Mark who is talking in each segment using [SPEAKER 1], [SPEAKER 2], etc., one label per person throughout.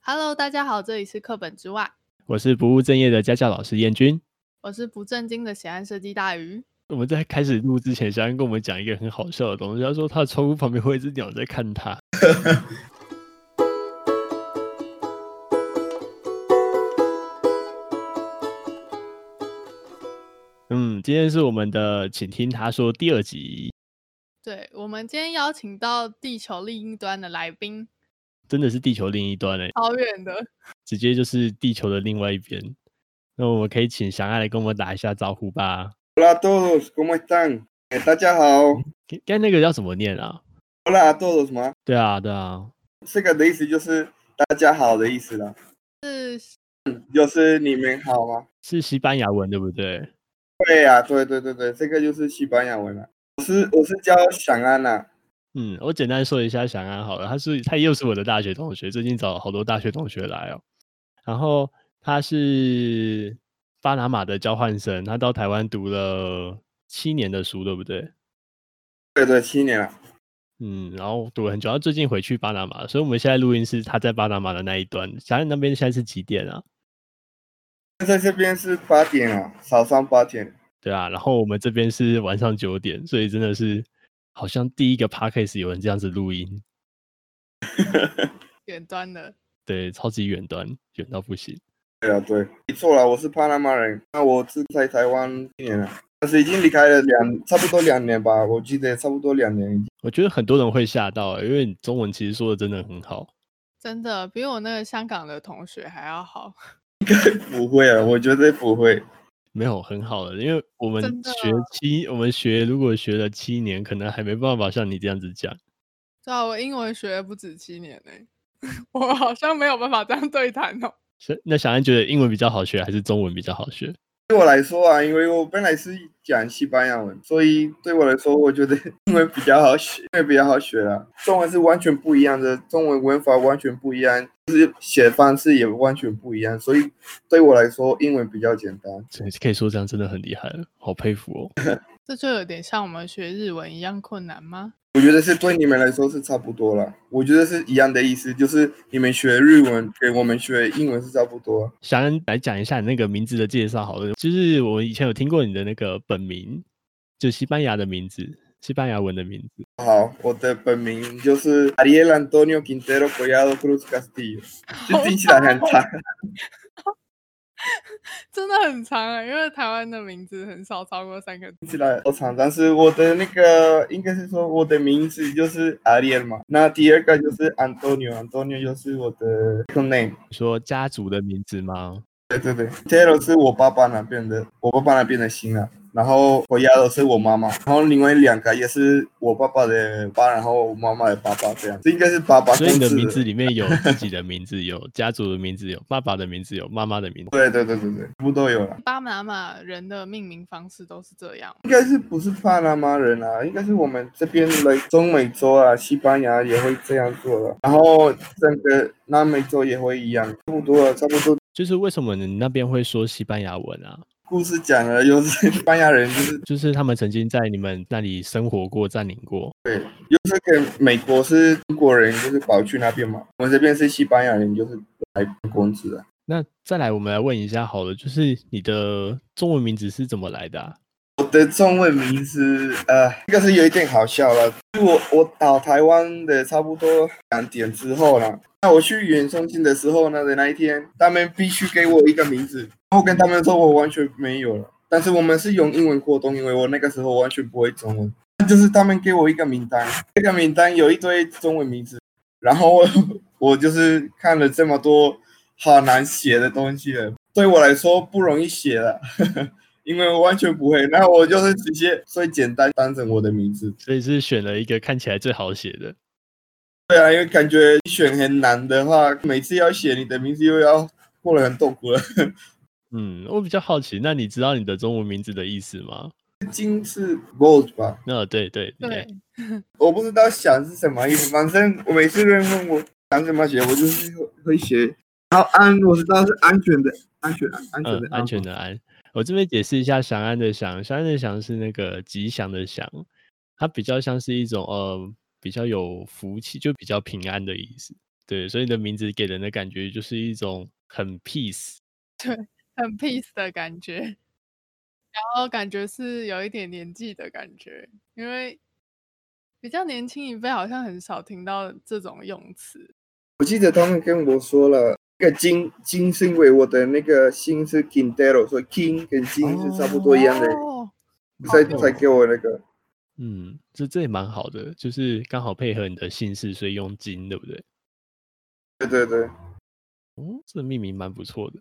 [SPEAKER 1] Hello，大家好，这里是课本之外，
[SPEAKER 2] 我是不务正业的家教老师燕君。
[SPEAKER 1] 我是不正经的写案设计大鱼。
[SPEAKER 2] 我们在开始录之前，小安跟我们讲一个很好笑的东西，他说他的窗户旁边会有一只鸟在看他。 嗯，今天是我们的，请听他说第二集，
[SPEAKER 1] 对我们今天邀请到地球另一端的来宾，
[SPEAKER 2] 真的是地球另一端哎、
[SPEAKER 1] 超远的。
[SPEAKER 2] 直接就是地球的另外一边。那我们可以请小安来跟我们打一下招呼吧。
[SPEAKER 3] Hola a todos, ¿cómo están? Eh, 大家好
[SPEAKER 2] 刚刚那个要怎么念啊？
[SPEAKER 3] ，Hola a todos 吗？
[SPEAKER 2] 对啊，对啊，
[SPEAKER 3] 这个的意思就是大家好的意思啦，
[SPEAKER 1] 是
[SPEAKER 3] 就是你们好吗？
[SPEAKER 2] 是西班牙文对不对？
[SPEAKER 3] 对呀、对对对对，这个就是西班牙文啦。我是我是教想安啦，
[SPEAKER 2] 嗯，我简单说一下小安好了，他是他又是我的大学同学，最近找了好多大学同学来哦。然后他是巴拿马的交换生，他到台湾读了七年的书，对不对？
[SPEAKER 3] 对对，七年了。
[SPEAKER 2] 嗯，然后读了很久，他最近回去巴拿马，所以我们现在录音是他在巴拿马的那一端。小安那边现在是几点啊？
[SPEAKER 3] 在这边是八点啊，早上八点。
[SPEAKER 2] 对啊，然后我们这边是晚上九点，所以真的是好像第一个 podcast 有人这样子录音，
[SPEAKER 1] 远端的，
[SPEAKER 2] 对，超级远端，远到不行。
[SPEAKER 3] 对啊，对，没错啦，我是巴拿马人，那我是在台湾七年了，但是已经离开了两差不多两年吧，我记得差不多两年已经。
[SPEAKER 2] 我觉得很多人会吓到、欸，因为你中文其实说的真的很好。
[SPEAKER 1] 真的比我那个香港的同学还要好。
[SPEAKER 3] 不会啊，我绝对不会。
[SPEAKER 2] 没有很好的，因为我们
[SPEAKER 1] 真的啊
[SPEAKER 2] 学七，我们学如果学了七年，可能还没办法像你这样子讲。
[SPEAKER 1] 对啊，我英文学了不止七年呢、 我好像没有办法这样对谈哦。
[SPEAKER 2] 是那小安觉得英文比较好学，还是中文比较好学？
[SPEAKER 3] 对我来说啊，因为我本来是讲西班牙文，所以对我来说，我觉得 英文比较好学，英文比较好学啦。中文是完全不一样的，中文文法完全不一样，就是写方式也完全不一样，所以对我来说，英文比较简单。
[SPEAKER 2] 所以可以说这样真的很厉害了，好佩服哦。
[SPEAKER 1] 这就有点像我们学日文一样困难吗？
[SPEAKER 3] 我觉得是对你们来说是差不多啦，我觉得是一样的意思，就是你们学日文给我们学英文是差不多。
[SPEAKER 2] 小安来讲一下你那个名字的介绍好了，就是我以前有听过你的那个本名，就西班牙的名字，西班牙文的名字。
[SPEAKER 3] 好，我的本名就是 Ariel Antonio Quintero Collado Cruz Castillo，就听起来很长。
[SPEAKER 1] 真的很长啊、因为台湾的名字很少超过三个字。
[SPEAKER 3] 起来好长，但是我的那个应该是说我的名字就是阿 r i 嘛，那第二个就是 Antonio，Antonio 就是我的 second name。
[SPEAKER 2] 你说家族的名字吗？
[SPEAKER 3] 对对对 t a r o 是我爸爸那边的，我爸爸那边的姓啊。然后 c o l l a 是我妈妈，然后另外两个也是我爸爸的爸，然后我妈妈的爸爸这样，这应该是爸爸
[SPEAKER 2] 所以你的
[SPEAKER 3] 控制
[SPEAKER 2] 名字。里面有自己的名字，有家族的名字，有爸爸的名字，有妈妈的名字。
[SPEAKER 3] 对对对对对，全部都有了。
[SPEAKER 1] 巴拿马人的命名方式都是这样，
[SPEAKER 3] 应该是不是巴拿马人啊？应该是我们这边来中美洲啊，西班牙也会这样做了，然后整个南美洲也会一样，差不多了，差不多。
[SPEAKER 2] 就是为什么你那边会说西班牙文啊？
[SPEAKER 3] 故事讲了，又是西班牙人，就是
[SPEAKER 2] 就是他们曾经在你们那里生活过、占领过。
[SPEAKER 3] 对，又是跟美国是中国人，就是跑去那边嘛。我们这边是西班牙人，就是来工资的。
[SPEAKER 2] 那再来，我们来问一下好了，就是你的中文名字是怎么来的、啊？
[SPEAKER 3] 我的中文名字，呃，这个是有一点好笑了。我我到台湾的差不多两点之后啦，那我去语言中心的时候呢的那一天，他们必须给我一个名字，然后跟他们说我完全没有了。但是我们是用英文沟通，因为我那个时候完全不会中文。就是他们给我一个名单，这个名单有一堆中文名字，然后我我就是看了这么多好难写的东西了，对我来说不容易写了。因为我完全不会，那我就是直接最简单当成我的名字。
[SPEAKER 2] 所以是选了一个看起来最好写的。
[SPEAKER 3] 对啊，因为感觉选很难的话，每次要写你的名字又要过得很痛苦了。
[SPEAKER 2] 嗯，我比较好奇，那你知道你的中文名字的意思吗？
[SPEAKER 3] 金是 gold 吧，
[SPEAKER 2] 那对对
[SPEAKER 1] 对，
[SPEAKER 3] 我不知道想是什么意思，反正我每次有人问我想怎么写，我就是会会写。然后安，我知道是安全的，安全安全
[SPEAKER 2] 嗯
[SPEAKER 3] 的，，
[SPEAKER 2] 安全的安。我这边解释一下，祥安的祥，祥安的祥是那个吉祥的祥，它比较像是一种呃比较有福气，就比较平安的意思。对，所以你的名字给人的感觉就是一种很 peace，
[SPEAKER 1] 很 peace 的感觉，然后感觉是有一点年纪的感觉，因为比较年轻一辈好像很少听到这种用词。
[SPEAKER 3] 我记得他们跟我说了，那个金金是因为我的那个姓是 Quintero，所以 King 跟金是差不多一样的，
[SPEAKER 1] 哦，
[SPEAKER 3] 所以
[SPEAKER 1] 好
[SPEAKER 3] 才给我那个。
[SPEAKER 2] 嗯，这这也蛮好的，就是刚好配合你的姓氏，所以用金，对不对？
[SPEAKER 3] 对对对，
[SPEAKER 2] 哦，这命名蛮不错的。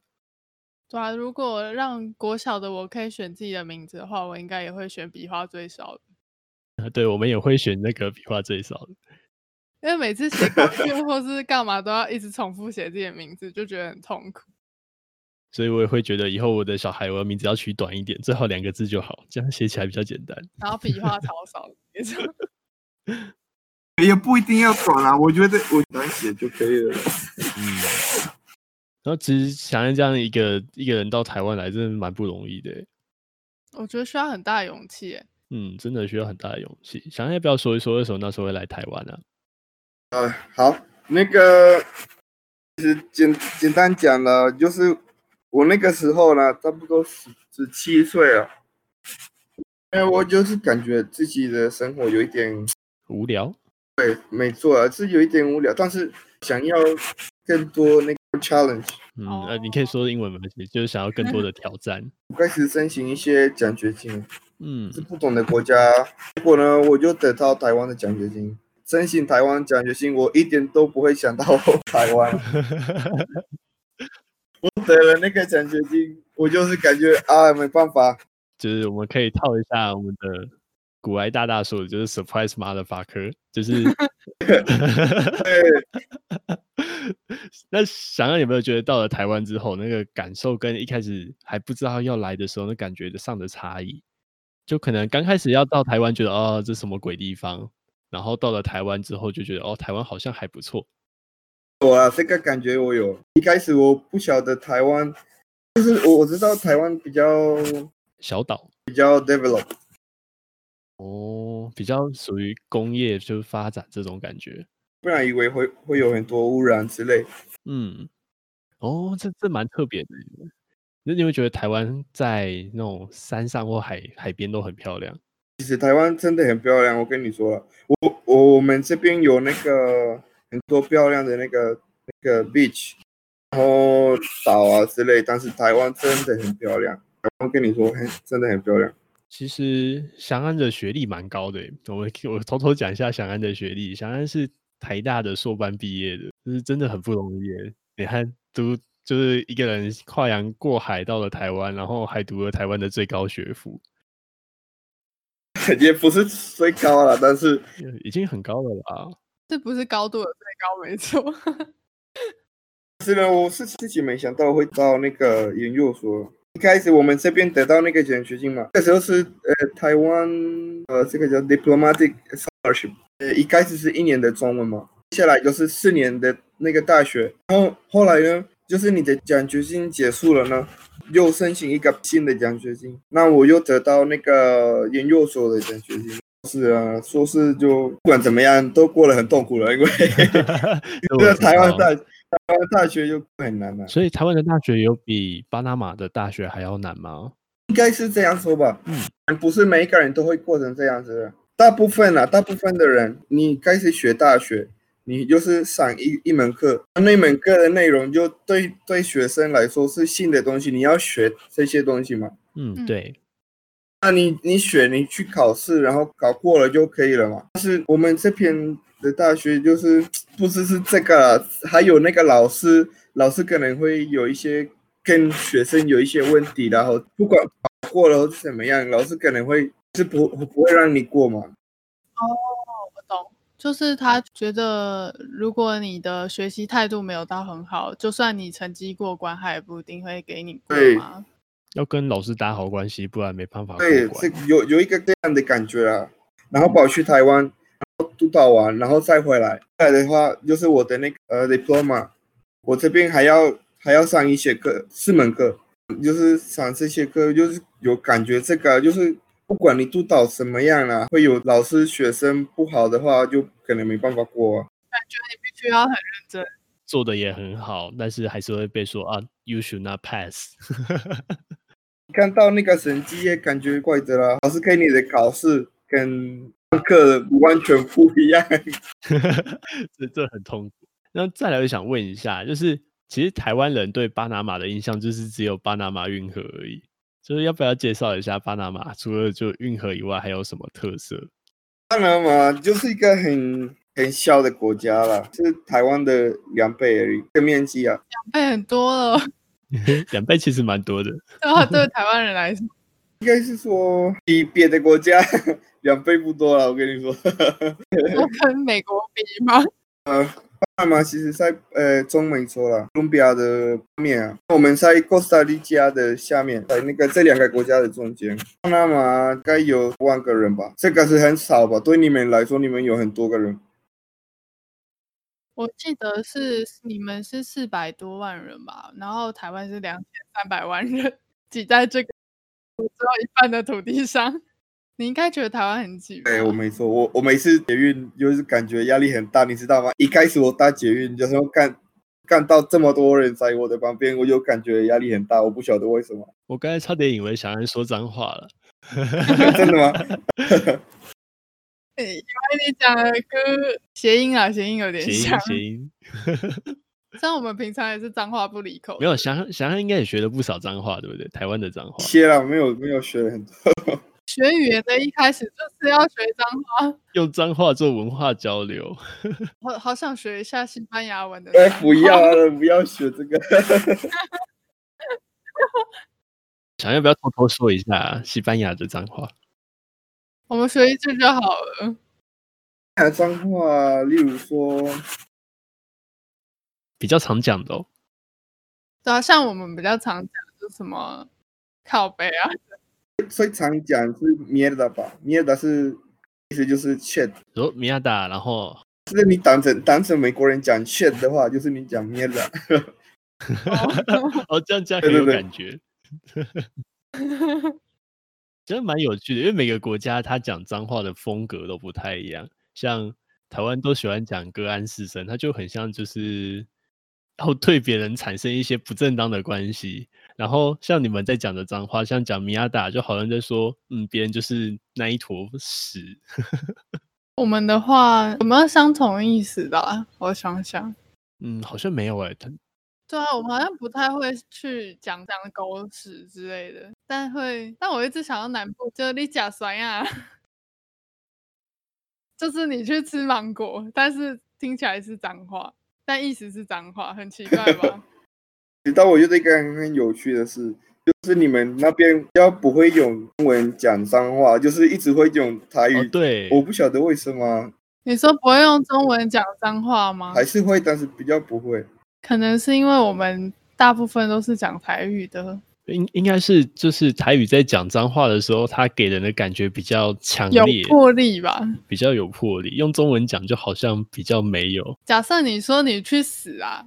[SPEAKER 1] 对啊，如果让国小的我可以选自己的名字的话，我应该也会选笔画最少的，
[SPEAKER 2] 啊， 对，我们也会选那个笔画最少的。
[SPEAKER 1] 因为每次写考 卷或是干嘛都要一直重复写自己的名字，就觉得很痛苦。
[SPEAKER 2] 所以我也会觉得以后我的小孩，我的名字要取短一点，最好两个字就好，这样写起来比较简单。
[SPEAKER 1] 然后笔画超少的那种，
[SPEAKER 3] 也不一定要短啊，我觉得我能写就可以了。
[SPEAKER 2] 嗯， 然后其实想象这样一个一个人到台湾来，真的蛮不容易的欸。
[SPEAKER 1] 我觉得需要很大的勇气耶。
[SPEAKER 2] 嗯，真的需要很大的勇气。想要不要说一说为什么那时候会来台湾啊？
[SPEAKER 3] 呃好，那个其实简简单讲了，就是我那个时候呢，差不多十十七岁了，因为我就是感觉自己的生活有一点，
[SPEAKER 2] 无聊？
[SPEAKER 3] 对，没错啊，是有一点无聊，但是想要更多那个 challenge，
[SPEAKER 2] 嗯，呃，你可以说英文没关系，就是想要更多的挑战。
[SPEAKER 3] 我开始申请一些奖学金，
[SPEAKER 2] 嗯
[SPEAKER 3] 是不同的国家，结果呢，我就得到台湾的奖学金。申请台湾奖学金，我一点都不会想到 台湾。得了那个奖学金，我就是感觉啊，没办法，
[SPEAKER 2] 就是我们可以套一下我们的古埃大大说的，就是 surprise motherfucker，就是那想要有没有觉得到了台湾之后，那个感受跟一开始还不知道要来的时候那感觉的上的差异？就可能刚开始要到台湾觉得哦这什么鬼地方，然后到了台湾之后就觉得哦台湾好像还不错，
[SPEAKER 3] 我啊，这个感觉我有。一开始我不晓得台湾，就是我我知道台湾比较
[SPEAKER 2] 小岛
[SPEAKER 3] 比较 develop，
[SPEAKER 2] 哦比较属于工业就是发展这种感觉，
[SPEAKER 3] 不然以为会会有很多污染之类。
[SPEAKER 2] 嗯，哦，这这蛮特别的耶。那你会觉得台湾在那种山上或海海边都很漂亮？
[SPEAKER 3] 其实台湾真的很漂亮，我跟你说了，我我我们这边有那个很多漂亮的那个那个 beach，然后岛啊之类，但是台湾真的很漂亮，我跟你说，很真的很漂亮。
[SPEAKER 2] 其实翔安的学历蛮高的耶，欸我们我偷偷讲一下翔安的学历。翔安是台大的硕班毕业的，就是真的很不容易耶。你看读就是一个人跨洋过海到了台湾，然后还读了台湾的最高学府，
[SPEAKER 3] 也不是最高了，但是
[SPEAKER 2] 呃已经很高了 啦。
[SPEAKER 1] 这不是高度的最高，没错。
[SPEAKER 3] 是呢，我是自己没想到会到那个研究所。一开始我们这边得到那个奖学金嘛，那时候是呃台湾呃这个叫 diplomatic scholarship，呃一开始是一年的中文嘛，接下来就是四年的那个大学，然后后来呢，就是你的奖学金结束了呢，又申请一个新的奖学金，那我又得到那个研究所的奖学金。是啊，说是就不管怎么样都过得很痛苦了，因为
[SPEAKER 2] 这我
[SPEAKER 3] 这个
[SPEAKER 2] 知
[SPEAKER 3] 啊台湾
[SPEAKER 2] 道
[SPEAKER 3] 大台湾大学就很难啊了、
[SPEAKER 2] 所以台湾的大学有比巴拿马的大学还要难吗？
[SPEAKER 3] 应该是这样说吧。嗯，不是每一个人都会过成这样子的，大部分啊，大部分的人，你开始学大学，你就是上一一门课，那门课的内容就对对学生来说是新的东西，你要学这些东西嘛。
[SPEAKER 2] 嗯，
[SPEAKER 1] 嗯
[SPEAKER 2] 对，
[SPEAKER 3] 那你你选你去考试，然后考过了就可以了嘛。但是我们这边的大学就是不只是这个啦，还有那个老师，老师可能会有一些跟学生有一些问题，然后不管考过了或是怎么样，老师可能会是不不会让你过嘛。
[SPEAKER 1] 我懂，就是他觉得，如果你的学习态度没有到很好，就算你成绩过关，他也不一定会给你过
[SPEAKER 3] 对
[SPEAKER 1] 嘛。
[SPEAKER 2] 要跟老师打好关系，不然没办法过
[SPEAKER 3] 对，
[SPEAKER 2] 关
[SPEAKER 3] 这有有一个这样的感觉啊。然后跑去台湾，然后督导完，然后再回来。再来的话，就是我的那个呃 diploma，我这边还要还要上一些课，四门课，就是上这些课，就是有感觉这个啊就是。不管你督导什么样啦、会有老师学生不好的话，就可能没办法过、啊。
[SPEAKER 1] 你必须须要很
[SPEAKER 2] 做的也很好，但是还是会被说啊，you should not pass。
[SPEAKER 3] 看到那个成绩也感觉怪的啦，老师给你的考试跟上课完全不一样。
[SPEAKER 2] 这这很痛苦。那再来，我想问一下，就是其实台湾人对巴拿马的印象就是只有巴拿马运河而已，就是要不要介绍一下巴拿马？除了就运河以外，还有什么特色？
[SPEAKER 3] 当然嘛，就是一个很很小的国家啦，是台湾的两倍而已，这面积啊。
[SPEAKER 1] 哎很多了，
[SPEAKER 2] 两倍其实蛮多的。
[SPEAKER 1] 对啊，对台湾人来说，
[SPEAKER 3] 应该是说比别的国家 两倍不多了。我跟你说，
[SPEAKER 1] 我跟美国比吗？
[SPEAKER 3] 呃巴拿马其实在呃中美洲啦，哥伦比亚的后面啊，我们在哥斯达黎加的下面，在那个这两个国家的中间。巴拿马该有万个人吧，这个是很少吧？对你们来说，你们有很多个人。
[SPEAKER 1] 我记得是你们是四百多万人吧，然后台湾是两千三百万人，挤在这个只有一半的土地上，你应该觉得台湾很挤吧？
[SPEAKER 3] 对，我没错，我我每次捷运就是感觉压力很大，你知道吗？一开始我搭捷运就是干干到这么多人在我的旁边，我就感觉压力很大，我不晓得为什么，
[SPEAKER 2] 我刚才差点以为小安说脏话了。
[SPEAKER 3] 真的吗？
[SPEAKER 1] 因为哎你讲的歌谐音啊，谐音有点
[SPEAKER 2] 谐
[SPEAKER 1] 像
[SPEAKER 2] 音，谐音，
[SPEAKER 1] 像我们平常也是脏话不离口
[SPEAKER 2] 没。有想想想应该也学了不少脏话，对不对？台湾的脏话，
[SPEAKER 3] 谢了，没有没有学很多，
[SPEAKER 1] 学语言的一开始就是要学脏话，
[SPEAKER 2] 用脏话做文化交流。
[SPEAKER 1] 好好想学一下西班牙文的
[SPEAKER 3] 哎，
[SPEAKER 1] 脏
[SPEAKER 3] 不
[SPEAKER 1] 话
[SPEAKER 3] 要了，不要学这个。
[SPEAKER 2] 想要不要偷偷说一下西班牙的脏话？
[SPEAKER 1] 我们学一句就好了。
[SPEAKER 3] 讲脏话，啊例如说，
[SPEAKER 2] 比较常讲的哦。
[SPEAKER 1] 对啊，像我们比较常讲就什么靠背 啊，
[SPEAKER 3] 最常讲是 “mierda” 吧，“mierda” 是意思就是 “shit”，
[SPEAKER 2] 然后米亚达，然后
[SPEAKER 3] 就是你当成当成美国人讲 “shit” 的话，就是你讲 “mierda”。
[SPEAKER 2] 哦，这样这样很
[SPEAKER 3] 对对
[SPEAKER 2] 有
[SPEAKER 3] 对
[SPEAKER 2] 感 觉， 真的蛮有趣的。因为每个国家他讲脏话的风格都不太一样，像台湾都喜欢讲隔岸四声，它就很像就是后对别人产生一些不正当的关系。然后像你们在讲的脏话，像讲米亚达，就好像在说，嗯，别人就是那一坨屎。
[SPEAKER 1] 我们的话有没有相同意思的啊、我想想，
[SPEAKER 2] 嗯，好像没有哎、他
[SPEAKER 1] 对啊，我们好像不太会去讲讲狗屎之类的，但会，但我一直想到南部，就是你假酸呀， 就是你去吃芒果，但是听起来是脏话，但意思是脏话，很奇怪吧？
[SPEAKER 3] 直到我觉得一个很很有趣的事，就是你们那边比较不会用中文讲脏话，就是一直会用台语。
[SPEAKER 2] 哦，对，
[SPEAKER 3] 哎我不晓得为什么，
[SPEAKER 1] 你说不会用中文讲脏话吗？
[SPEAKER 3] 还是会，但是比较不会。
[SPEAKER 1] 可能是因为我们大部分都是讲台语的，
[SPEAKER 2] 应应该是就是台语在讲脏话的时候，它给人的感觉比较强
[SPEAKER 1] 有
[SPEAKER 2] 烈，
[SPEAKER 1] 魄力吧。
[SPEAKER 2] 比较有魄力。用中文讲就好像比较没有。
[SPEAKER 1] 假设你说你去死啊，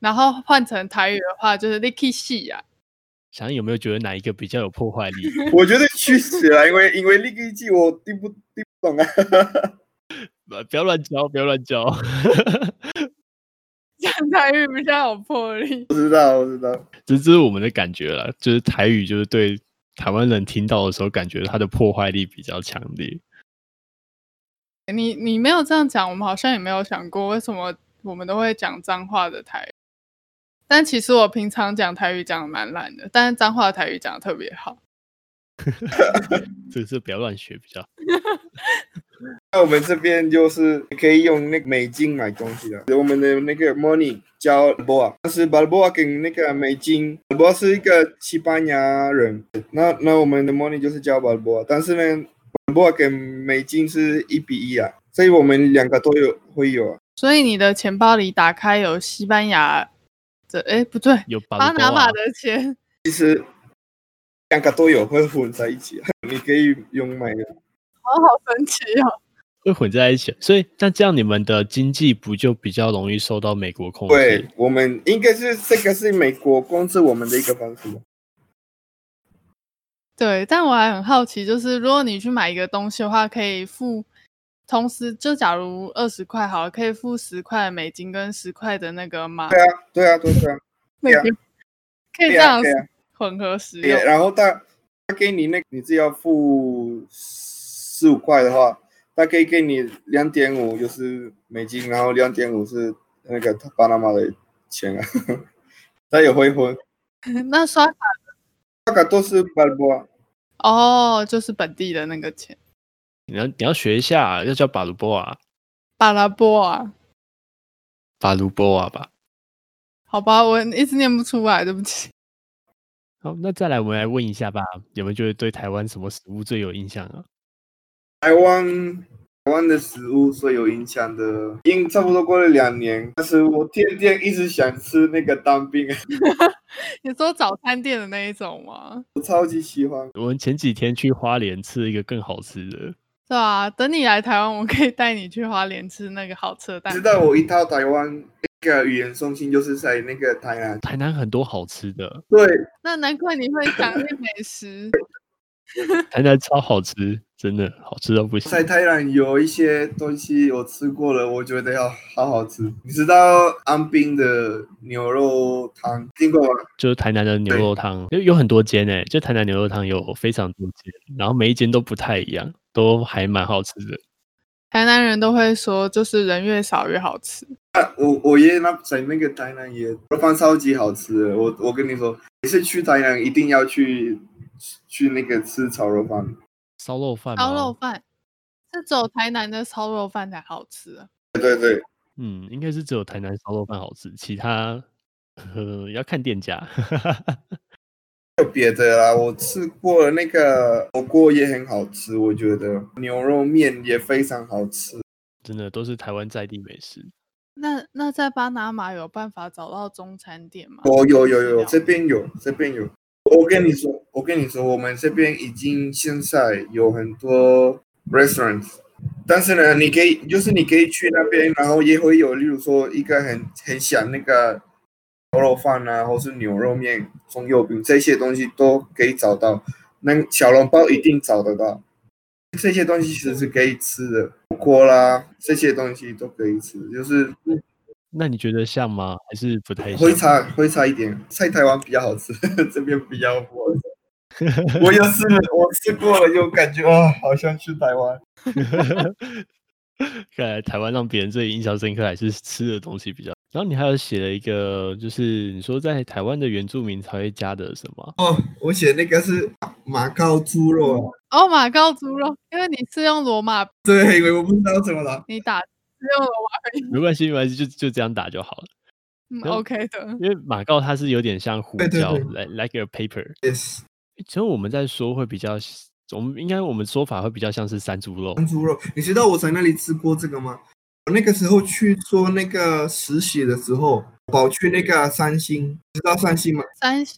[SPEAKER 1] 然后换成台语的话，就是 “licky 戏啊，
[SPEAKER 2] 想有没有觉得哪一个比较有破坏力？
[SPEAKER 3] 我觉得去死了，因为因为那个一季我听不听不懂啊。
[SPEAKER 2] 呃不要乱教，不要乱教。
[SPEAKER 1] 讲台语比较有魄力。
[SPEAKER 3] 我知道，我知道。
[SPEAKER 2] 这这是我们的感觉了，就是台语就是对台湾人听到的时候，感觉它的破坏力比较强烈。
[SPEAKER 1] 你你没有这样讲，我们好像也没有想过为什么我们都会讲脏话的台语。但其实我平常讲台语讲的蛮烂的，但是脏话的台语讲的特别好。
[SPEAKER 2] 这个是不要乱学比较好。
[SPEAKER 3] 那我们这边就是可以用那个美金买东西的，我们的那个 money 叫 balboa，但是 balboa 跟那个美金，balboa 是一个西班牙人，那那我们的 money 就是叫 balboa，但是呢，balboa 跟美金是一比一啊，所以我们两个都有会有啊。
[SPEAKER 1] 所以你的钱包里打开有西班牙的，哎，不对，
[SPEAKER 2] 有巴
[SPEAKER 1] 巴拿
[SPEAKER 2] 多
[SPEAKER 1] 马
[SPEAKER 2] 啊
[SPEAKER 1] 的钱，
[SPEAKER 3] 两个都有会混在一起、啊，你可以用买的。
[SPEAKER 1] 好好神奇哦。
[SPEAKER 2] 会混在一起，所以那这样你们的经济不就比较容易受到美国控制？
[SPEAKER 3] 对，我们应该是这个是美国控制我们的一个方式吧。
[SPEAKER 1] 对，但我还很好奇，就是如果你去买一个东西的话，可以付同时就假如二十块好了，可以付十块美金跟十块的那个马，
[SPEAKER 3] 对啊，对啊，对啊对啊，
[SPEAKER 1] 那
[SPEAKER 3] 对啊
[SPEAKER 1] 个可以
[SPEAKER 3] 对
[SPEAKER 1] 这
[SPEAKER 3] 啊，
[SPEAKER 1] 样
[SPEAKER 3] 对啊，
[SPEAKER 1] 混合使
[SPEAKER 3] 对
[SPEAKER 1] 用
[SPEAKER 3] 啊。然后他他给你那你自己要付十五块的话，他可以给你两点五就是美金，然后两点五是那个他巴拿马的钱啊，他也会分，
[SPEAKER 1] 那刷卡
[SPEAKER 3] 大概都是啊 b a l b o a
[SPEAKER 1] 哦，就是本地的那个钱，
[SPEAKER 2] 你要你要学一下，要叫巴鲁波啊，
[SPEAKER 1] 巴拉波啊，
[SPEAKER 2] 巴鲁波啊吧。
[SPEAKER 1] 好吧，我一直念不出来，对不起。
[SPEAKER 2] 好，那再来我们来问一下吧，有没有觉得对台湾什么食物最有印象啊？
[SPEAKER 3] 台湾台湾的食物最有影响的，已经差不多过了两年，但是我天天一直想吃那个啊蛋饼，
[SPEAKER 1] 你说早餐店的那一种吗？
[SPEAKER 3] 我超级喜欢。
[SPEAKER 2] 我们前几天去花莲吃一个更好吃的，
[SPEAKER 1] 对啊，等你来台湾，我可以带你去花莲吃那个好吃的蛋
[SPEAKER 3] 知
[SPEAKER 1] 饼。
[SPEAKER 3] 道我一到台湾那个语言中心就是在那个台南，
[SPEAKER 2] 台南很多好吃的，
[SPEAKER 3] 对，
[SPEAKER 1] 那难怪你会想念美食。
[SPEAKER 2] 台南超好吃，真的好吃到不行。
[SPEAKER 3] 在台南有一些东西我吃过了，我觉得要好好吃。你知道安滨的牛肉汤听过吗？
[SPEAKER 2] 就是台南的牛
[SPEAKER 3] 对
[SPEAKER 2] 肉汤，有有很多间诶、就台南牛肉汤有非常多间，然后每一间都不太一样，都还蛮好吃的。
[SPEAKER 1] 台南人都会说，就是人越少越好吃。
[SPEAKER 3] 啊我我爷爷那在那个台南也肉饭超级好吃的，我我跟你说，每次去台南一定要去去那个吃炒肉饭。
[SPEAKER 2] 烧肉饭，
[SPEAKER 1] 烧肉，饭是只有台南的烧肉饭才好吃、啊。
[SPEAKER 3] 对对对，
[SPEAKER 2] 嗯，应该是只有台南烧肉饭好吃，其他呃要看店家。
[SPEAKER 3] 有别的啦，我吃过了那个火锅也很好吃，我觉得牛肉面也非常好吃。
[SPEAKER 2] 真的都是台湾在地美食，
[SPEAKER 1] 那那在巴拿马有办法找到中餐店吗？
[SPEAKER 3] 哦，有有有，
[SPEAKER 1] 料
[SPEAKER 3] 这边有，这边有。我跟你说，我跟你说，我们这边已经现在有很多 restaurant，但是呢，你可以就是你可以去那边，然后也会有，例如说一个很很想那个牛肉饭啊，或是牛肉面、葱油饼这些东西都可以找到，那个小笼包一定找得到。这些东西其实是可以吃的，火锅啦，这些东西都可以吃，就是
[SPEAKER 2] 那你觉得像吗？还是不太
[SPEAKER 3] 会
[SPEAKER 2] 像？
[SPEAKER 3] 差会差一点，在台湾比较好吃， 这边比较不好吃。我又试了，我试过了，又感觉哦，好像去台湾。
[SPEAKER 2] 看来台湾让别人最印象深刻还是吃的东西比较。然后你还有写了一个，就是你说在台湾的原住民才会加的什么？
[SPEAKER 3] 哦，我写那个是马告猪肉啊，
[SPEAKER 1] 哦，马告猪肉，因为你是用罗马，
[SPEAKER 3] 对，我不知道怎么了。
[SPEAKER 1] 你打是用罗
[SPEAKER 2] 没关系，没关系，就就这样打就好了。
[SPEAKER 1] 马、嗯、
[SPEAKER 2] 嗯
[SPEAKER 1] OK 的。
[SPEAKER 2] 因为马告它是有点像胡
[SPEAKER 3] 对对
[SPEAKER 2] 椒
[SPEAKER 3] 对
[SPEAKER 2] 来 like a paper。
[SPEAKER 3] Yes，
[SPEAKER 2] 其实我们在说会比较像，我们应该我们说法会比较像是山猪肉。
[SPEAKER 3] 猪肉，你知道我在那里吃过这个吗？我那个时候去做那个实习的时候，跑去那个三星，知道三星吗？
[SPEAKER 1] 三星，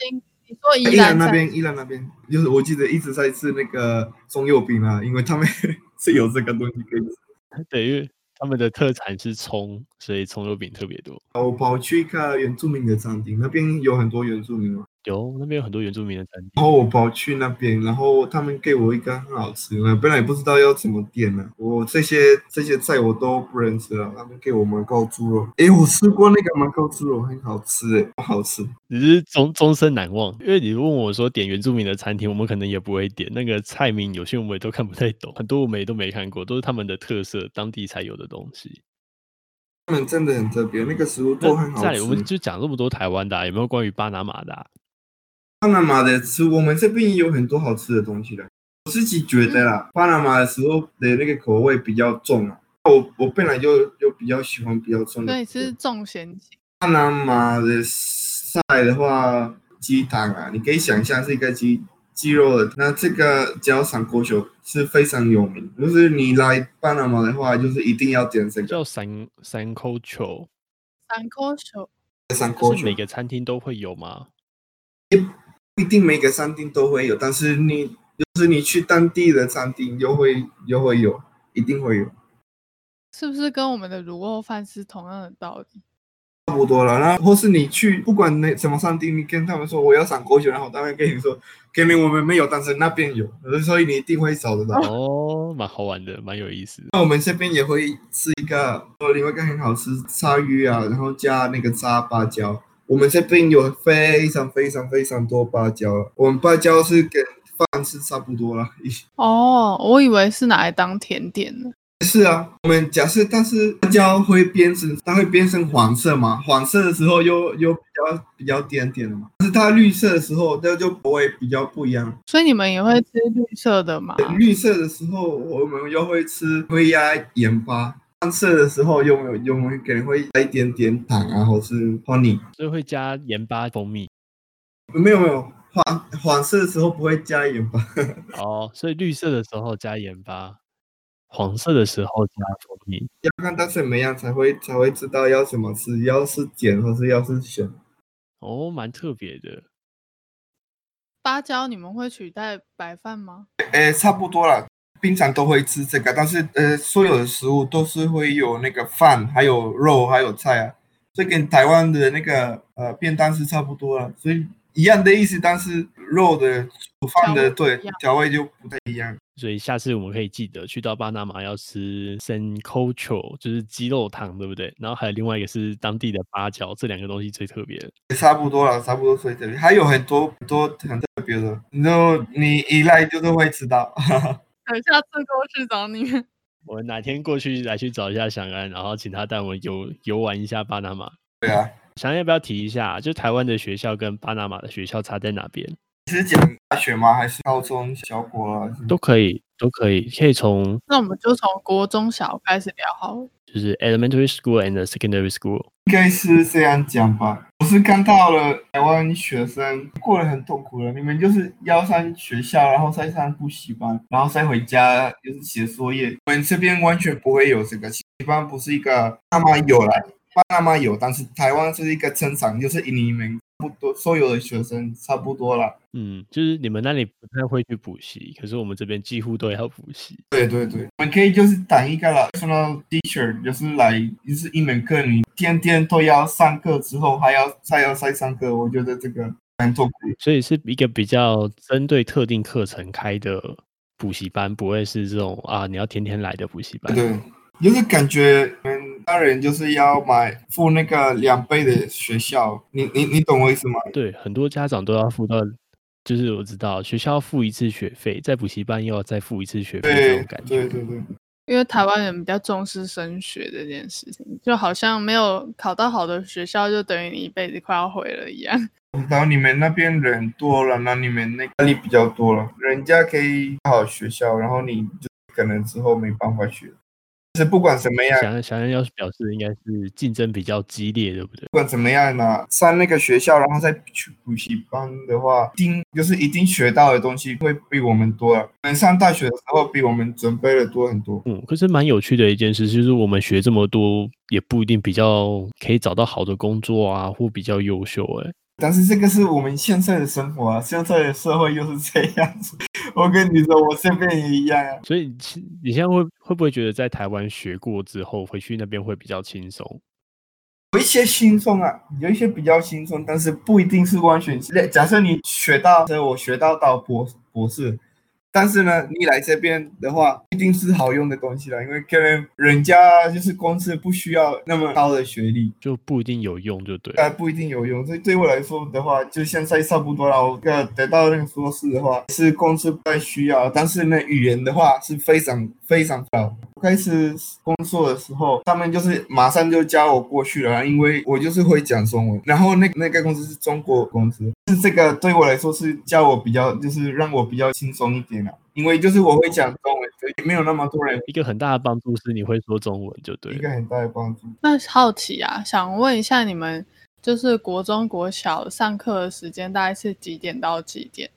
[SPEAKER 1] 你说宜
[SPEAKER 3] 伊
[SPEAKER 1] 兰
[SPEAKER 3] 朗哎那
[SPEAKER 1] 菜
[SPEAKER 3] 边，伊朗那边，就是我记得一直在吃那个葱油饼啊，因为他们 是有这个东西可以吃。
[SPEAKER 2] 对，因为他们的特产是葱，所以葱油饼特别多。
[SPEAKER 3] 我跑去一个原住民的餐厅，那边有很多原住民嘛。哦
[SPEAKER 2] 有那边有很多原住民的餐
[SPEAKER 3] 然
[SPEAKER 2] 厅，
[SPEAKER 3] 后我跑去那边，然后他们给我一个很好吃的，本来也不知道要怎么点呢、我这些这些菜我都不认识了，他们给我马告猪肉，诶，我吃过那个马告猪肉，很好吃诶，不好吃。
[SPEAKER 2] 只是终终身难忘。因为你问我说点原住民的餐厅，我们可能也不会点那个菜名，有些我们也都看不太懂，很多我们也都没看过，都是他们的特色，当地才有的东西。
[SPEAKER 3] 他们真的很特别，那个食物都很
[SPEAKER 2] 那
[SPEAKER 3] 好
[SPEAKER 2] 再
[SPEAKER 3] 吃
[SPEAKER 2] 来，我。们就讲这么多台湾的、啊，有没有关于巴拿马的、啊？
[SPEAKER 3] 巴拿马的吃，我们这边也有很多好吃的东西的。我自己觉得
[SPEAKER 2] 嗯
[SPEAKER 3] 啦，巴拿马的时候的那个口味比较重啊。我我本来就就比较喜欢比较重的口
[SPEAKER 1] 所
[SPEAKER 3] 味。
[SPEAKER 1] 以是重咸型。
[SPEAKER 3] 巴拿马的菜的话，鸡汤啊，你可以想象是一个鸡鸡肉的。那这个叫三锅酒是非常有名，就是你来巴拿马的话，就是一定要点这个
[SPEAKER 2] 叫三三口球，
[SPEAKER 1] 三口球，
[SPEAKER 3] 三锅
[SPEAKER 2] 是
[SPEAKER 3] 酒
[SPEAKER 2] 每。个餐厅都会有吗？
[SPEAKER 3] 不一定每个餐厅都会有，但是你就是你去当地的餐厅又会又会有，一定会有。
[SPEAKER 1] 是不是跟我们的卤肉饭是同样的道理？
[SPEAKER 3] 差不多了。然后或是你去不管哪什么山地，你跟他们说我要赏狗血，然后他们跟你说，给你我们没有，但是那边有，所以你一定会找得到。
[SPEAKER 2] 哦，蛮好玩的，蛮有意思的。
[SPEAKER 3] 那我们这边也会吃一个，呃，另外一个很好吃鲨鱼啊，然后加那个炸芭蕉。我们这边有非常非常非常多芭蕉，我们芭蕉是跟饭吃差不多了。
[SPEAKER 1] 哦，我以为是拿来当甜点呢。
[SPEAKER 3] 是啊，我们假设，但是芭蕉会变成，它会变成黄色嘛？黄色的时候又又比较比较点点的嘛。但是它绿色的时候，那就不会比较不一样。
[SPEAKER 1] 所以你们也会吃绿色的吗？
[SPEAKER 3] 绿色的时候，我们又会吃会压盐巴；淡色的时候，又没有又没有可能会加一点点糖啊，或是 honey。
[SPEAKER 2] 所以会加盐巴、蜂蜜
[SPEAKER 3] 没有没有，黄黄色的时候不会加盐巴。
[SPEAKER 2] 哦，所以绿色的时候加盐巴，黄色的时候加蜂蜜。
[SPEAKER 3] 要看它怎么样才会才会知道要怎么吃，要是碱或是要是咸。
[SPEAKER 2] 哦，蛮特别的。
[SPEAKER 1] 芭蕉你们会取代白饭吗？
[SPEAKER 3] 呃，差不多了。平常都会吃这个，但是呃，所有的食物都是会有那个饭，还有肉，还有菜啊。这跟台湾的那个呃便当是差不多了，所以一样的意思，但是肉的、煮饭的，
[SPEAKER 1] 调味
[SPEAKER 3] 对
[SPEAKER 1] 不一样，
[SPEAKER 3] 调味就不太一样。
[SPEAKER 2] 所以下次我们可以记得去到巴拿马要吃 sancocho，就是鸡肉汤，对不对？然后还有另外一个是当地的芭蕉，这两个东西最特别的。
[SPEAKER 3] 差不多了，差不多所以这里还有很多很多很特别的，然后你一来就是会吃到。
[SPEAKER 1] 等下次过去找你们。
[SPEAKER 2] 我们哪天过去来去找一下翔安，然后请他带我们游游玩一下巴拿马。
[SPEAKER 3] 对啊，
[SPEAKER 2] 翔安要不要提一下，啊就台湾的学校跟巴拿马的学校差在哪边？
[SPEAKER 3] 是讲大学吗？还是高中小国啊？
[SPEAKER 2] 都可以，都可以，可以从
[SPEAKER 1] 那我们就从国中小开始聊好了。
[SPEAKER 2] 就是 elementary school and secondary school。
[SPEAKER 3] 应该是这样讲吧。我是看到了台湾学生过得很痛苦了，你们就是要上学校，然后再上补习班，然后再回家就是写作业。我们这边完全不会有这个，补习班不是一个爸妈有啦，巴拿马有，但是台湾是一个正常，就是你们差不多所有的学生差不多了。
[SPEAKER 2] 嗯，就是你们那里不太会去补习，可是我们这边几乎都要补习。
[SPEAKER 3] 对对对，我们可以就是当一个了 personal teacher，就是来就是一门课，你天天都要上课之后，还要再要再上课，我觉得这个很痛苦。
[SPEAKER 2] 所以是一个比较针对特定课程开的补习班，不会是这种啊你要天天来的补习班。
[SPEAKER 3] 对，就是感觉嗯，大人就是要买付那个两倍的学校，你你你懂我意思吗？
[SPEAKER 2] 对，很多家长都要付到，就是我知道学校付一次学费，在补习班又要再付一次学费这
[SPEAKER 3] 对
[SPEAKER 2] 种感觉。
[SPEAKER 3] 对对对，
[SPEAKER 1] 因为台湾人比较重视升学这件事情，就好像没有考到好的学校，就等于你一辈子快要毁了一样。
[SPEAKER 3] 然后你们那边人多了，那你们那个压力比较多了，人家可以好学校，然后你就可能之后没办法学。但是不管怎么样，
[SPEAKER 2] 想想要要是表示应该是竞争比较激烈，对不对？
[SPEAKER 3] 不管怎么样呢，上那个学校，然后再去补习班的话，一定就是一定学到的东西会比我们多了。能上大学的时候比我们准备的多很多。
[SPEAKER 2] 嗯，可是蛮有趣的一件事，就是我们学这么多，也不一定比较可以找到好的工作啊，或比较优秀、欸。哎，
[SPEAKER 3] 但是这个是我们现在的生活啊，现在的社会又是这样子。我跟你说，我身边也一样啊。
[SPEAKER 2] 所以你现你现在会会不会觉得在台湾学过之后，回去那边会比较轻松？
[SPEAKER 3] 有一些轻松啊，有一些比较轻松，但是不一定是完全。假设你学到，假设我学到到博博士，但是呢，你来这边的话，一定是好用的东西了，因为可能人家就是公司不需要那么高的学历，
[SPEAKER 2] 就不一定有用，就对了。
[SPEAKER 3] 但不一定有用。所以对我来说的话，就现在差不多了。我要得到那个硕士的话，是公司不太需要，但是呢，语言的话是非常非常好。我开始工作的时候，他们就是马上就叫我过去了，因为我就是会讲中文。然后那那个公司是中国公司，是这个对我来说是叫我比较，就是让我比较轻松一点了、因为就是我会讲中文，所以没有那么多人，
[SPEAKER 2] 一个很大的帮助是你会说中文，就对
[SPEAKER 3] 一
[SPEAKER 2] 了。
[SPEAKER 3] 个很大的帮助。
[SPEAKER 1] 那好奇啊，想问一下你们，就是国中、国小上课的时间大概是几点到几点？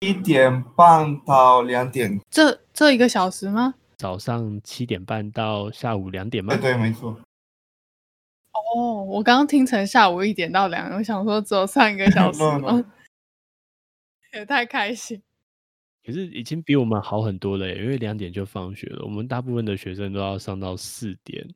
[SPEAKER 3] 一点半到两点，
[SPEAKER 1] 这这一个小时吗？
[SPEAKER 2] 早上七点半到下午两点
[SPEAKER 3] 对
[SPEAKER 2] 半，
[SPEAKER 3] 对，没错。
[SPEAKER 1] 哦，我刚刚听成下午一点到两点，我想说只有上一个小时
[SPEAKER 3] No, no.
[SPEAKER 1] 吗？也太开心。
[SPEAKER 2] 可是已经比我们好很多了耶，因为两点就放学了。我们大部分的学生都要上到四点，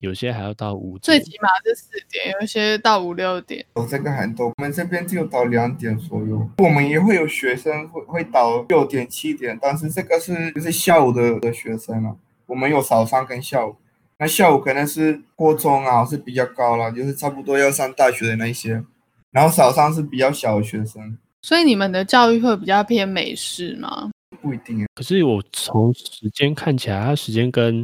[SPEAKER 2] 有些还要到五
[SPEAKER 1] 最
[SPEAKER 2] 点。
[SPEAKER 1] 起码是四点，有一些到五六点。
[SPEAKER 3] 我这个很多，我们这边只有到两点左右，我们也会有学生会会到六点七点，但是这个是就是下午的的学生啊，我们有早上跟下午，那下午可能是国中啊是比较高了，就是差不多要上大学的那一些，然后早上是比较小的学生，
[SPEAKER 1] 所以你们的教育会比较偏美式吗？
[SPEAKER 3] 不一定啊，
[SPEAKER 2] 可是我从时间看起来，它时间跟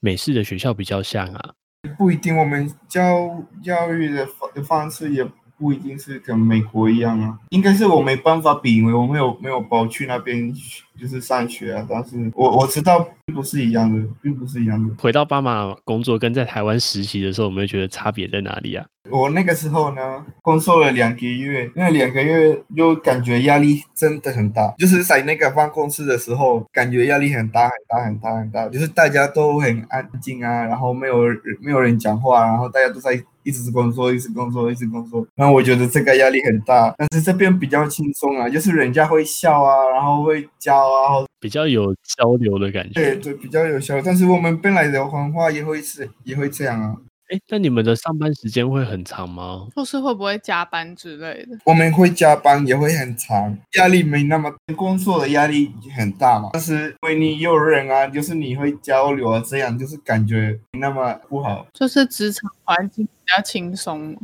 [SPEAKER 2] 美式的学校比较像啊。
[SPEAKER 3] 不一定，我们教教育的方的方式也不一定是跟美国一样啊，应该是我没办法比，因为我没有没有包去那边学就是上学啊，但是我我知道并不是一样的，并不是一样的。
[SPEAKER 2] 回到巴马工作跟在台湾实习的时候，我们会觉得差别在哪里啊？
[SPEAKER 3] 我那个时候呢，工作了两个月，那两个月就感觉压力真的很大，就是在那个办公室的时候，感觉压力很大很大很大很大，就是大家都很安静啊，然后没有人没有人讲话，然后大家都在一直工作，一直工作，一直工作。然后我觉得这个压力很大，但是这边比较轻松啊，就是人家会笑啊，然后会教啊，
[SPEAKER 2] 比较有交流的感觉。
[SPEAKER 3] 对对，比较有效。但是我们本来的文化也会是也会这样啊，
[SPEAKER 2] 哎，那你们的上班时间会很长吗？
[SPEAKER 1] 或是会不会加班之类的？
[SPEAKER 3] 我们会加班，也会很长，压力没那么，工作的压力很大嘛。但是因为你有人啊，就是你会交流啊，这样就是感觉没那么不好。
[SPEAKER 1] 就是职场环境比较轻松嘛，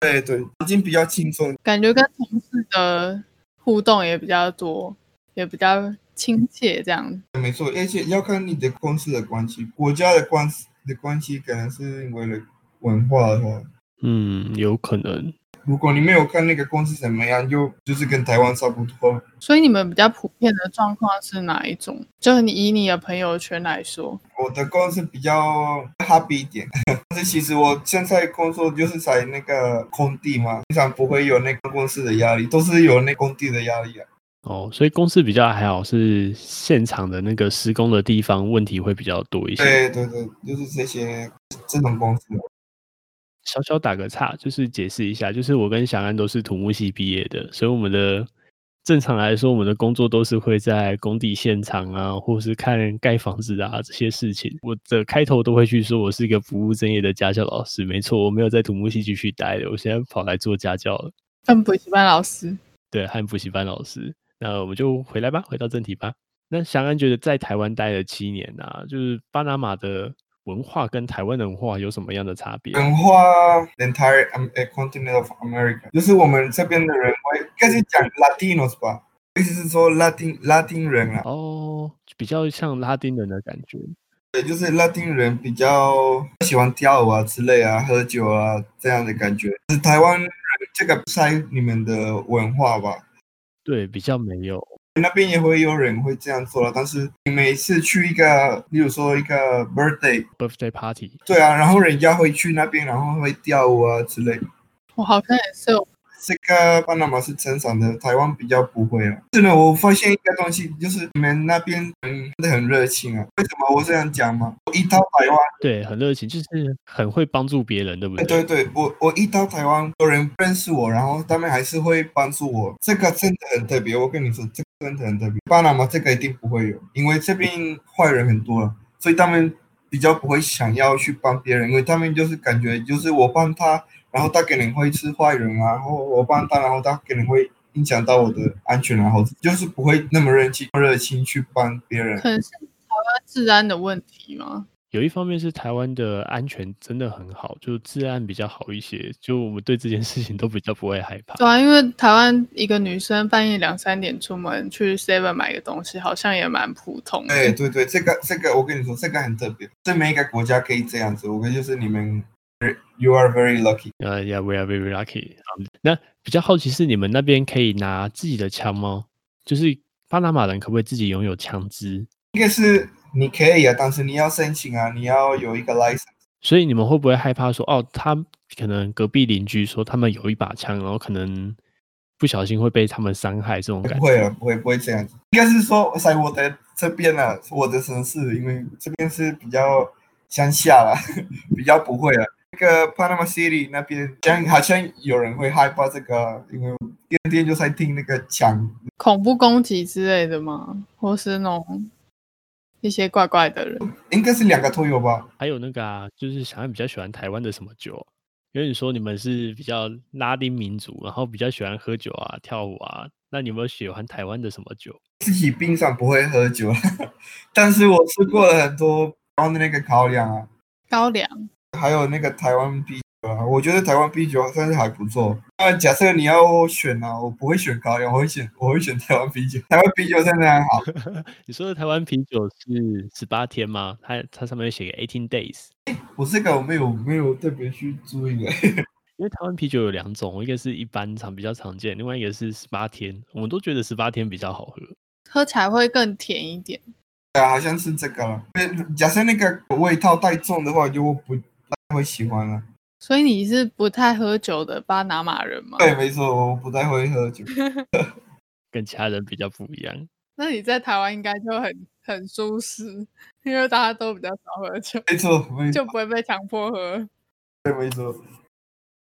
[SPEAKER 3] 对对，已经比较轻松。
[SPEAKER 1] 感觉跟同事的互动也比较多，也比较亲切这样。
[SPEAKER 3] 没错，而且要看你的公司的关系，国家的关系的关系，可能是因为了文化的话，
[SPEAKER 2] 嗯，有可能。
[SPEAKER 3] 如果你没有看那个公司怎么样，就就是跟台湾差不多。
[SPEAKER 1] 所以你们比较普遍的状况是哪一种？就是你以你的朋友圈来说，
[SPEAKER 3] 我的公司比较 happy 一点， 但是其实我现在工作就是在那个工地嘛，经常不会有那个公司的压力，都是有那工地的压力啊。
[SPEAKER 2] 哦，所以公司比较还好，是现场的那个施工的地方问题会比较多一些。
[SPEAKER 3] 对对对，就是这些这种公司。
[SPEAKER 2] 小小打个岔，就是解释一下，就是我跟小安都是土木系毕业的，所以我们的正常来说，我们的工作都是会在工地现场啊，或是看盖房子啊这些事情。我的开头都会去说我是一个不务正业的家教老师，没错，我没有在土木系继续待的，我现在跑来做家教了，
[SPEAKER 1] 跟补习班老师
[SPEAKER 2] 对，和补习班老师。那我们就回来吧，回到正题吧。那祥安觉得在台湾待了七年啊，就是巴拿马的文化跟台湾的文化有什么样的差别？
[SPEAKER 3] 文化 the entire um, a continent of America，就是我们这边的人，我应该是讲 Latinos 吧，意思是说 Latin Latin 人啊，
[SPEAKER 2] 哦，比较像拉丁人的感觉。
[SPEAKER 3] 对，就是拉丁人比较喜欢跳舞啊之类啊，喝酒啊这样的感觉。是台湾人这个不在你们的文化吧？
[SPEAKER 2] 对，比较没有。
[SPEAKER 3] 那边也会有人会这样做了，但是你每次去一个，例如说一个 birthday，
[SPEAKER 2] birthday party，
[SPEAKER 3] 对啊，然后人家会去那边，然后会跳舞啊之类。
[SPEAKER 1] 我好像也是有
[SPEAKER 3] 这个巴拿马是正常的，台湾比较不会了。是呢，我发现一个东西，就是你们那边人真的很热情啊。为什么我这样讲嘛？我一到台湾，
[SPEAKER 2] 对，很热情，就是很会帮助别人，对不
[SPEAKER 3] 哎
[SPEAKER 2] 对？
[SPEAKER 3] 对对，我我一到台湾，有人不认识我，然后他们还是会帮助我，这个真的很特别。我跟你说，这个真的很特别。巴拿马这个一定不会有，因为这边坏人很多了，所以他们比较不会想要去帮别人，因为他们就是感觉就是我帮他，然后他可能会是坏人啊，然后我帮他，然后他可能会影响到我的安全，然后就是不会那么热情热情去帮别人。
[SPEAKER 1] 可能是台湾治安的问题吗？
[SPEAKER 2] 有一方面是台湾的安全真的很好，就治安比较好一些，就我们对这件事情都比较不会害怕。
[SPEAKER 1] 对啊，因为台湾一个女生半夜两三点出门去 Seven 买个东西，好像也蛮普通的。
[SPEAKER 3] 哎对对对，这个这个，我跟你说，这个很特别，这每一个国家可以这样子。我跟就是你们，you are very lucky。
[SPEAKER 2] 呃、y e a h we are very lucky 好。那比较好奇是你们那边可以拿自己的枪吗？就是巴拿马人可不可以自己拥有枪支？
[SPEAKER 3] 应该是你可以啊，但是你要申请啊，你要有一个 license。
[SPEAKER 2] 所以你们会不会害怕说，哦，他可能隔壁邻居说他们有一把枪，然后可能不小心会被他们伤害这种感
[SPEAKER 3] 不
[SPEAKER 2] 觉？
[SPEAKER 3] 会啊了，不会不会这样子。应该是说在我的这边啊，我的城市，因为这边是比较乡下啦， 比较不会了。啊那个 Panama City 那边，像好像有人会害怕这个，啊因为天天就在听那个枪
[SPEAKER 1] 恐怖攻击之类的吗？或是那种一些怪怪的人。
[SPEAKER 3] 应该是两个都有吧？
[SPEAKER 2] 还有那个啊，就是小安比较喜欢台湾的什么酒？因为你说你们是比较拉丁民族，然后比较喜欢喝酒啊、跳舞啊，那你有没有喜欢台湾的什么酒？
[SPEAKER 3] 自己冰上不会喝酒， 但是我吃过了很多台湾的那个高粱啊，
[SPEAKER 1] 高粱，
[SPEAKER 3] 还有那个台湾啤酒啊，我觉得台湾啤酒算是还不错。那假设你要我选啊，我不会选高粱，我会选我会选台湾啤酒，台湾啤酒真的很好。
[SPEAKER 2] 你说的台湾啤酒是十八天吗？它它上面有写个 eighteen days，
[SPEAKER 3] 我这个我没有没有特别去注意的，
[SPEAKER 2] 因为台湾啤酒有两种，一个是一般常比较常见，另外一个是十八天，我们都觉得十八天比较好喝。
[SPEAKER 1] 喝起来会更甜一点。
[SPEAKER 3] 对啊，好像是这个了。假设那个味道太重的话，就不太会喜欢了。
[SPEAKER 1] 所以你是不太喝酒的巴拿马人吗？
[SPEAKER 3] 对，没错，我不太会喝酒。
[SPEAKER 2] 跟其他人比较不一样。
[SPEAKER 1] 那你在台湾应该就很很舒适，因为大家都比较少喝酒，
[SPEAKER 3] 没错，没
[SPEAKER 1] 就
[SPEAKER 3] 错，
[SPEAKER 1] 不会被强迫喝。
[SPEAKER 3] 对没错。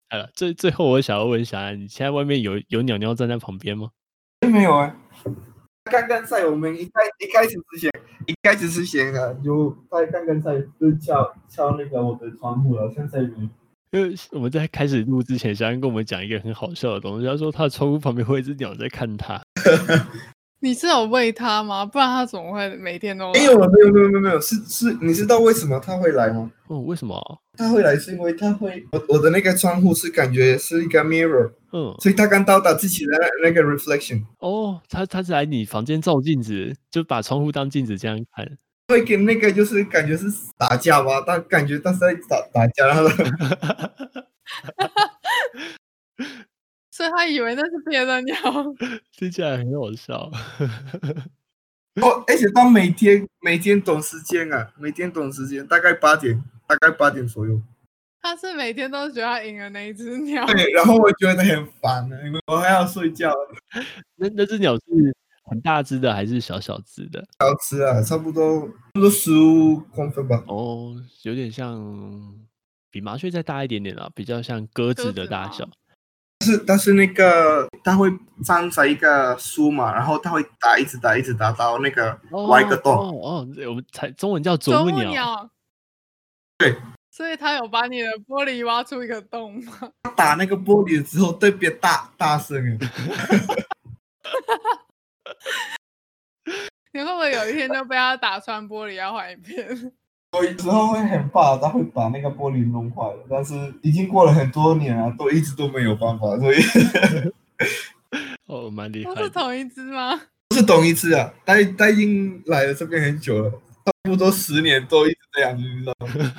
[SPEAKER 2] 好了，最最后我想要问一下，你现在外面有有鸟鸟站在旁边吗？
[SPEAKER 3] 哎，没有啊。刚刚在我们一开一开始之前，一开始之前啊，有在刚刚在就敲敲那个我的窗户了，现在没。
[SPEAKER 2] 因为我们在开始录之前，小安跟我们讲一个很好笑的东西，他说他的窗户旁边会有一只鸟在看他。
[SPEAKER 1] 你是有喂它吗？不然它怎么会每天都
[SPEAKER 3] 没有啊，没有，没有，没有，没有，是是，你知道为什么他会来吗？
[SPEAKER 2] 哦，为什么？
[SPEAKER 3] 他会来是因为他会，我我的那个窗户是感觉是一个 mirror，
[SPEAKER 2] 嗯，
[SPEAKER 3] 所以他刚到达自己的那那个 reflection，
[SPEAKER 2] 哦，他他是来你房间照镜子，就把窗户当镜子这样看。
[SPEAKER 3] 会跟那个就是感觉是打架吧，他感觉他是在打打架，然后他
[SPEAKER 1] 所以它以为那是别的鸟。
[SPEAKER 2] 听起来很好笑。
[SPEAKER 3] 哦，而且他每天每天懂时间啊，每天懂时间，大概八点，大概八点左右。
[SPEAKER 1] 它是每天都觉得它赢了那一只鸟，
[SPEAKER 3] 对，然后我觉得很烦呢，因为我还要睡觉，
[SPEAKER 2] 那那只鸟是很大只的还是小小只的？
[SPEAKER 3] 要吃啊，差不多差不多十五公分吧。
[SPEAKER 2] 哦，有点像比麻雀再大一点点啦，比较像鸽
[SPEAKER 1] 鸽
[SPEAKER 2] 子的
[SPEAKER 1] 子
[SPEAKER 2] 大
[SPEAKER 1] 吗
[SPEAKER 2] 小。
[SPEAKER 3] 但是但是那个它会站在一个树嘛，然后它会打，一直打，一直打到那个挖一个洞。
[SPEAKER 2] 哦哦，这我们才中文叫啄
[SPEAKER 1] 啄
[SPEAKER 2] 木
[SPEAKER 1] 木
[SPEAKER 2] 鸟。
[SPEAKER 1] 鸟。
[SPEAKER 3] 对，
[SPEAKER 1] 所以它有把你的玻璃挖出一个洞吗？
[SPEAKER 3] 打那个玻璃之后特别大大声哎，
[SPEAKER 1] 你会不会有一天就被它打穿玻璃，要换一 片？
[SPEAKER 3] 我有时候会很怕它会把那个玻璃弄坏了，但是已经过了很多年了，都一直都没有办法，所以
[SPEAKER 2] 哦，蛮厉害
[SPEAKER 1] 都是
[SPEAKER 2] 的。
[SPEAKER 1] 同一只吗？
[SPEAKER 3] 不是同一次啊，它它已经来了这边很久了，差不多十年都一直这样，你知道吗？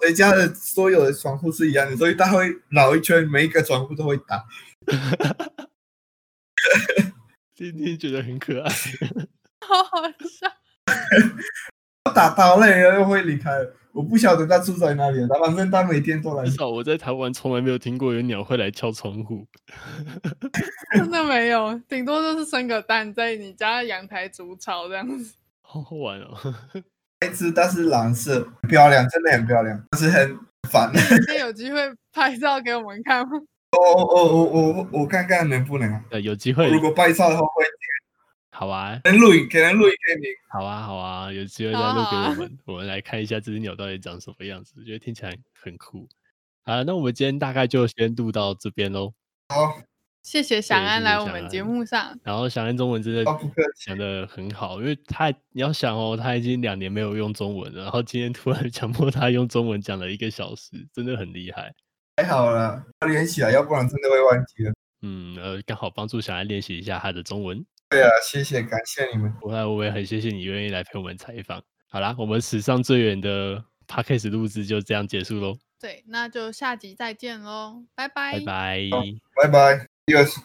[SPEAKER 3] 人家的所有的窗户是一样的，所以它会绕一圈，每一个窗户都会打。
[SPEAKER 2] 今天觉得很可爱。
[SPEAKER 1] 好好笑。
[SPEAKER 3] 打到累了又会离开了。我不晓得他住在哪里，他反正他每天都来
[SPEAKER 2] 至。少我在台湾从来没有听过有鸟会来敲窗户。
[SPEAKER 1] 真的没有，顶多就是生个蛋在你家阳台筑巢这样子。
[SPEAKER 2] 好好玩 哦！
[SPEAKER 3] 那只它是蓝色，很漂亮，真的很漂亮，但是很烦。
[SPEAKER 1] 今天有机会拍照给我们看吗？
[SPEAKER 3] 我哦我我我我我看看能不能啊？
[SPEAKER 2] 呃，有机会，
[SPEAKER 3] 如果拍照的话会
[SPEAKER 2] 好啊，
[SPEAKER 3] 能录影，可能录影给你。
[SPEAKER 2] 好啊，好啊，有机会再
[SPEAKER 1] 好啊
[SPEAKER 2] 录给
[SPEAKER 1] 好
[SPEAKER 2] 我
[SPEAKER 1] 啊
[SPEAKER 2] 们， 我们来看一下这只鸟到底长什么样子，我觉得听起来很酷。好了，那我们今天大概就先录到这边喽。
[SPEAKER 3] 好，
[SPEAKER 1] 谢谢翔
[SPEAKER 2] 对谢
[SPEAKER 1] 安
[SPEAKER 2] 谢
[SPEAKER 1] 来我
[SPEAKER 2] 翔
[SPEAKER 1] 们节
[SPEAKER 2] 安
[SPEAKER 1] 目上，
[SPEAKER 2] 然后小安中文真的
[SPEAKER 3] 好哦不客气
[SPEAKER 2] 讲的很好，因为他你要想哦，他已经两年没有用中文了，然后今天突然 强迫他用中文讲了一个小时，真的很厉害。
[SPEAKER 3] 还好啦，要连起来，要不然真的会忘记的。
[SPEAKER 2] 嗯，呃，刚好帮助小安练习一下他的中文。
[SPEAKER 3] 对啊，谢谢，感谢你们。
[SPEAKER 2] 我我也很谢谢你愿意来陪我们采访。好啦，我们史上最远的 podcast 录制就这样结束喽，
[SPEAKER 1] 对，那就下集再见喽，拜拜
[SPEAKER 2] 拜拜。
[SPEAKER 3] 拜拜，Yes。